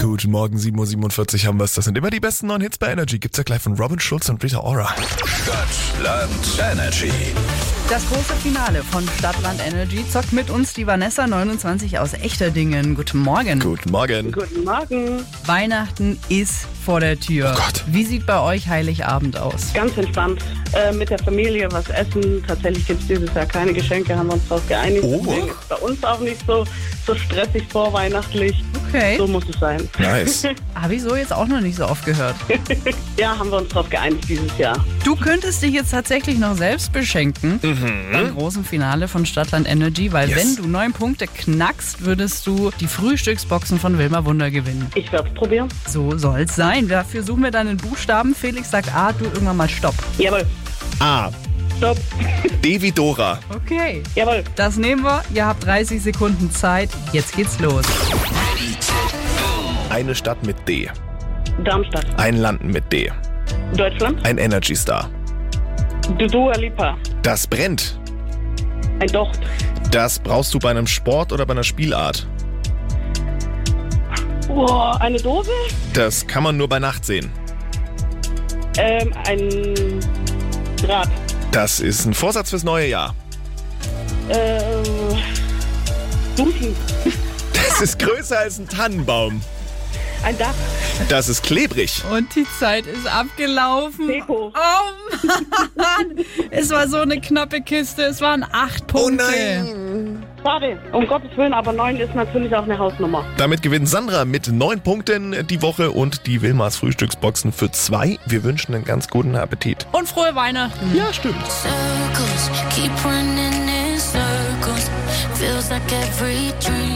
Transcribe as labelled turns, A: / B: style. A: Guten Morgen, 7.47 Uhr haben wir es. Das sind immer die besten neuen Hits bei Energy. Gibt's ja gleich von Robin Schulz und Rita Ora.
B: Stadtland Energy.
C: Das große Finale von Stadtland Energy zockt mit uns die Vanessa 29 aus Echterdingen. Guten Morgen.
A: Guten Morgen.
D: Guten Morgen.
C: Weihnachten ist vor der Tür.
A: Oh Gott.
C: Wie sieht bei euch Heiligabend aus?
D: Ganz entspannt. Äh, mit der Familie was essen. Tatsächlich gibt es dieses Jahr keine Geschenke, haben wir uns darauf geeinigt.
A: Oh.
D: Deswegen ist bei uns auch nicht so, so stressig vorweihnachtlich.
C: Okay.
D: So muss es sein.
A: Nice.
C: Habe ich so jetzt auch noch nicht so oft gehört.
D: Ja, haben wir uns darauf geeinigt dieses Jahr.
C: Du könntest dich jetzt tatsächlich noch selbst beschenken beim großen Finale von Stadtland Energy, weil
A: Mhm. Yes.
C: wenn du neun Punkte knackst, würdest du die Frühstücksboxen von Wilma Wunder gewinnen.
D: Ich werde es probieren.
C: So soll's sein. Dafür suchen wir dann einen Buchstaben. Felix sagt A, du irgendwann mal Stopp.
D: Jawohl.
A: A.
D: Stopp.
A: Devi Dora.
C: Okay.
D: Jawohl.
C: Das nehmen wir. Ihr habt 30 Sekunden Zeit. Jetzt geht's los.
A: Eine Stadt mit D.
D: Darmstadt.
A: Ein Land mit D.
D: Deutschland.
A: Ein Energy Star.
D: Dua Lipa.
A: Das brennt.
D: Ein Docht.
A: Das brauchst du bei einem Sport oder bei einer Spielart.
D: Oh, eine Dose.
A: Das kann man nur bei Nacht sehen.
D: Ähm, ein Draht.
A: Das ist ein Vorsatz fürs neue Jahr.
D: Ähm, Duschen.
A: Das ist größer als ein Tannenbaum.
D: Ein Dach.
A: Das ist klebrig.
C: Und die Zeit ist abgelaufen.
D: Deko.
C: Oh Mann! es war so eine knappe Kiste. Es waren acht Punkte.
D: Schade. Um Gottes Willen, aber neun ist natürlich auch eine Hausnummer.
A: Damit gewinnt Sandra mit neun Punkten die Woche und die Wilmas Frühstücksboxen für zwei. Wir wünschen einen ganz guten Appetit.
C: Und frohe Weihnachten.
A: Ja, stimmt.
E: circles, keep running in circles. Feels like every dream